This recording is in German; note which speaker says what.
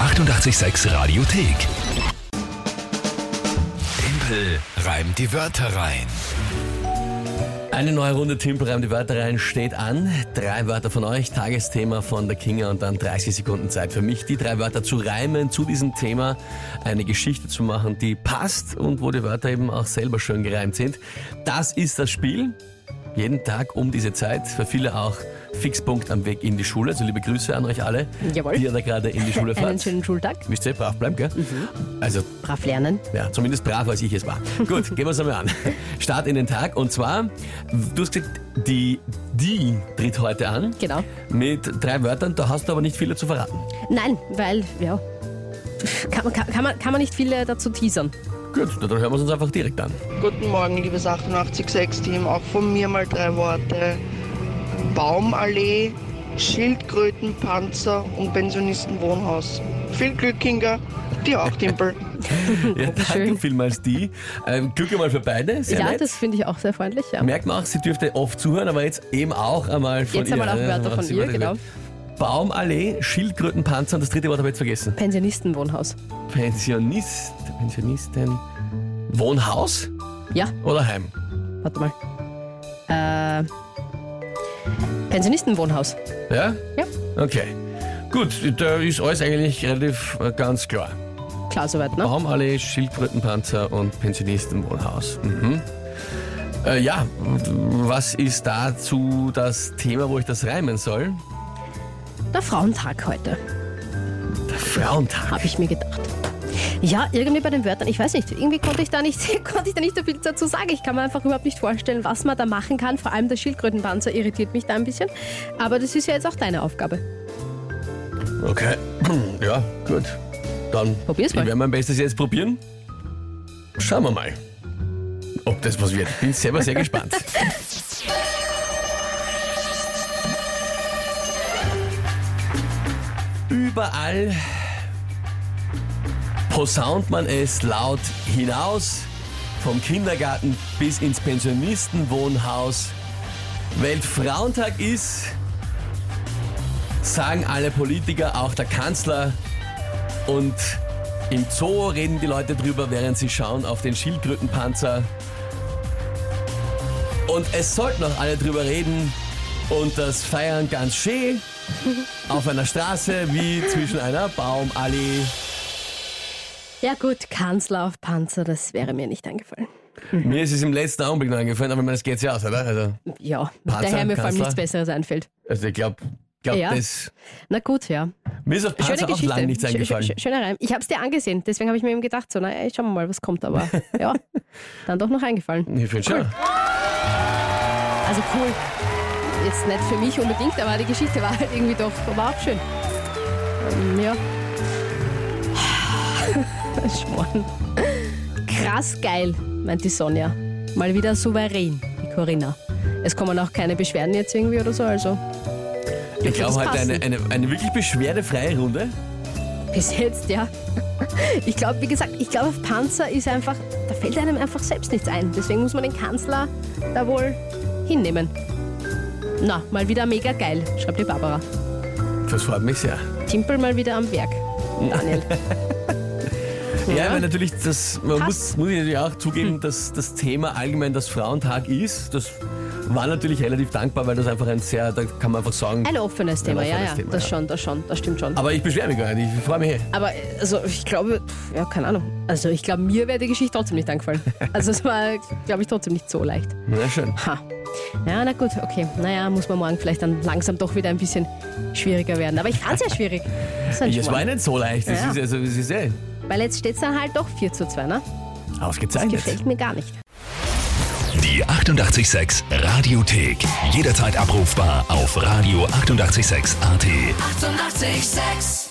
Speaker 1: 886 Radiothek. Tempel reimt die Wörter rein.
Speaker 2: Eine neue Runde Timpel reimt die Wörter rein steht an. Drei Wörter von euch, Tagesthema von der Kinga und dann 30 Sekunden Zeit für mich, die drei Wörter zu reimen, zu diesem Thema eine Geschichte zu machen, die passt und wo die Wörter eben auch selber schön gereimt sind. Das ist das Spiel. Jeden Tag um diese Zeit, für viele auch Fixpunkt am Weg in die Schule. Also liebe Grüße an euch alle,
Speaker 3: Jawohl.
Speaker 2: die ihr da gerade in die Schule
Speaker 3: Einen
Speaker 2: fahrt.
Speaker 3: schönen Mhm. Schultag.
Speaker 2: Müsst ihr brav bleiben, gell? Also
Speaker 3: Brav lernen.
Speaker 2: ja, zumindest brav, als ich es war. Gut, gehen wir es einmal an. Start in den Tag. Und zwar, du hast gesagt, die, die tritt heute an.
Speaker 3: Genau.
Speaker 2: Mit drei Wörtern, da hast du aber nicht viele zu verraten.
Speaker 3: Nein, weil, ja. Kann man, kann, kann man, kann man nicht viel äh, dazu teasern.
Speaker 2: Gut, dann hören wir es uns einfach direkt an.
Speaker 4: Guten Morgen, liebes 886-Team. Auch von mir mal drei Worte. Baumallee, Schildkrötenpanzer und Pensionistenwohnhaus. Viel Glück, Kinga. Dir auch, Timpel.
Speaker 2: Ja, danke
Speaker 3: Hm, Schön.
Speaker 2: vielmals, die. Ähm, Glück einmal für beide. Sehr
Speaker 3: ja,
Speaker 2: nett.
Speaker 3: das finde ich auch sehr freundlich. Ja.
Speaker 2: Merkt man auch, sie dürfte oft zuhören, aber jetzt eben auch einmal von
Speaker 3: Jetzt
Speaker 2: ihr.
Speaker 3: einmal auch
Speaker 2: ne?
Speaker 3: Wörter von
Speaker 2: Sie
Speaker 3: ihr,
Speaker 2: wollte-
Speaker 3: genau.
Speaker 2: Baumallee, Schildkrötenpanzer und das dritte Wort habe ich jetzt vergessen.
Speaker 3: Pensionistenwohnhaus.
Speaker 2: Pensionist, Pensionisten, Wohnhaus
Speaker 3: Ja,
Speaker 2: oder Heim?
Speaker 3: warte mal. Äh, Pensionistenwohnhaus.
Speaker 2: Ja?
Speaker 3: Ja.
Speaker 2: Okay. Gut, da ist alles eigentlich relativ äh, ganz klar.
Speaker 3: Klar soweit, ne?
Speaker 2: Baumallee, Schildkrötenpanzer und Pensionistenwohnhaus. Mhm. Äh, ja, und was ist dazu das Thema, wo ich das reimen soll?
Speaker 3: Der Frauentag heute,
Speaker 2: Der Frauentag.
Speaker 3: habe ich mir gedacht. Ja, irgendwie bei den Wörtern, ich weiß nicht, irgendwie konnte ich da nicht, konnte ich da nicht so viel dazu sagen. Ich kann mir einfach überhaupt nicht vorstellen, was man da machen kann. Vor allem der Schildkrötenpanzer irritiert mich da ein bisschen. Aber das ist ja jetzt auch deine Aufgabe.
Speaker 2: Okay, ja, gut. Dann
Speaker 3: Probier's mal.
Speaker 2: Ich werde mein Bestes jetzt probieren. Schauen wir mal, ob das was wird. Bin selber sehr gespannt. Überall posaunt man es laut hinaus, vom Kindergarten bis ins Pensionistenwohnhaus. Weltfrauentag ist, sagen alle Politiker, auch der Kanzler. Und im Zoo reden die Leute drüber, während sie schauen auf den Schildkrötenpanzer. Und es sollten noch alle drüber reden und das Feiern ganz schön auf einer Straße wie zwischen einer Baumallee.
Speaker 3: Ja gut, Kanzler auf Panzer, das wäre mir nicht eingefallen.
Speaker 2: Mir ist es im letzten Augenblick noch eingefallen, aber ich meine, das geht ja aus, oder? Also,
Speaker 3: Ja,
Speaker 2: Panzer,
Speaker 3: daher mir vor allem
Speaker 2: Kanzler.
Speaker 3: nichts Besseres einfällt.
Speaker 2: also ich glaube, glaub,
Speaker 3: Ja.
Speaker 2: das.
Speaker 3: Na gut, ja.
Speaker 2: Mir ist auf
Speaker 3: Schöne
Speaker 2: Panzer auch
Speaker 3: Geschichte.
Speaker 2: lange nichts
Speaker 3: Schö-
Speaker 2: eingefallen.
Speaker 3: schö- schöner Reim. Ich habe es dir angesehen, deswegen habe ich mir eben gedacht, so, naja, schauen wir mal, was kommt. Aber ja, dann doch noch eingefallen.
Speaker 2: Ich finde schon.
Speaker 3: Also cool. Jetzt nicht für mich unbedingt, aber die Geschichte war halt irgendwie doch, war auch schön. Ähm, ja. Schmoren. Krass geil, meint die Sonja. Mal wieder souverän, die Corinna. Es kommen auch keine Beschwerden jetzt irgendwie oder so, also.
Speaker 2: Ich
Speaker 3: das
Speaker 2: glaube, heute
Speaker 3: passen.
Speaker 2: eine, eine, eine wirklich beschwerdefreie Runde.
Speaker 3: Bis jetzt, ja. Ich glaube, wie gesagt, ich glaube, auf Panzer ist einfach, da fällt einem einfach selbst nichts ein. Deswegen muss man den Kanzler da wohl hinnehmen. Na, mal wieder mega geil, schreibt die Barbara.
Speaker 2: Das freut mich sehr.
Speaker 3: Timpel mal wieder am Werk, Daniel.
Speaker 2: Ja, weil natürlich, das, man muss,
Speaker 3: Passt.
Speaker 2: muss ich natürlich auch zugeben, dass das Thema allgemein das Frauentag ist. Das war natürlich relativ dankbar, weil das einfach ein sehr, da kann man einfach sagen.
Speaker 3: Ein offenes Thema, ja,
Speaker 2: offenes
Speaker 3: ja.
Speaker 2: Thema,
Speaker 3: das
Speaker 2: ja.
Speaker 3: schon, das schon, das stimmt schon.
Speaker 2: Aber ich beschwere mich gar nicht, ich freue mich. eh.
Speaker 3: Aber äh, also ich glaube, pf, ja, keine Ahnung. Also ich glaube, mir wäre die Geschichte trotzdem nicht angefallen. Also es war, glaube ich, trotzdem nicht so leicht.
Speaker 2: Na schön.
Speaker 3: Ha. Ja, na gut, okay. Naja, muss man morgen vielleicht dann langsam doch wieder ein bisschen schwieriger werden. Aber ich fand es ja schwierig. Das ist ein
Speaker 2: Es
Speaker 3: Schmarrn.
Speaker 2: war nicht so leicht, das
Speaker 3: Ja.
Speaker 2: ist also, es ist eh
Speaker 3: Weil jetzt steht es dann halt doch 4 zu 2, ne?
Speaker 2: ausgezeichnet.
Speaker 3: Gefällt mir gar nicht.
Speaker 1: Die 886 Radiothek. Jederzeit abrufbar auf radio886.at. 886!
Speaker 5: 886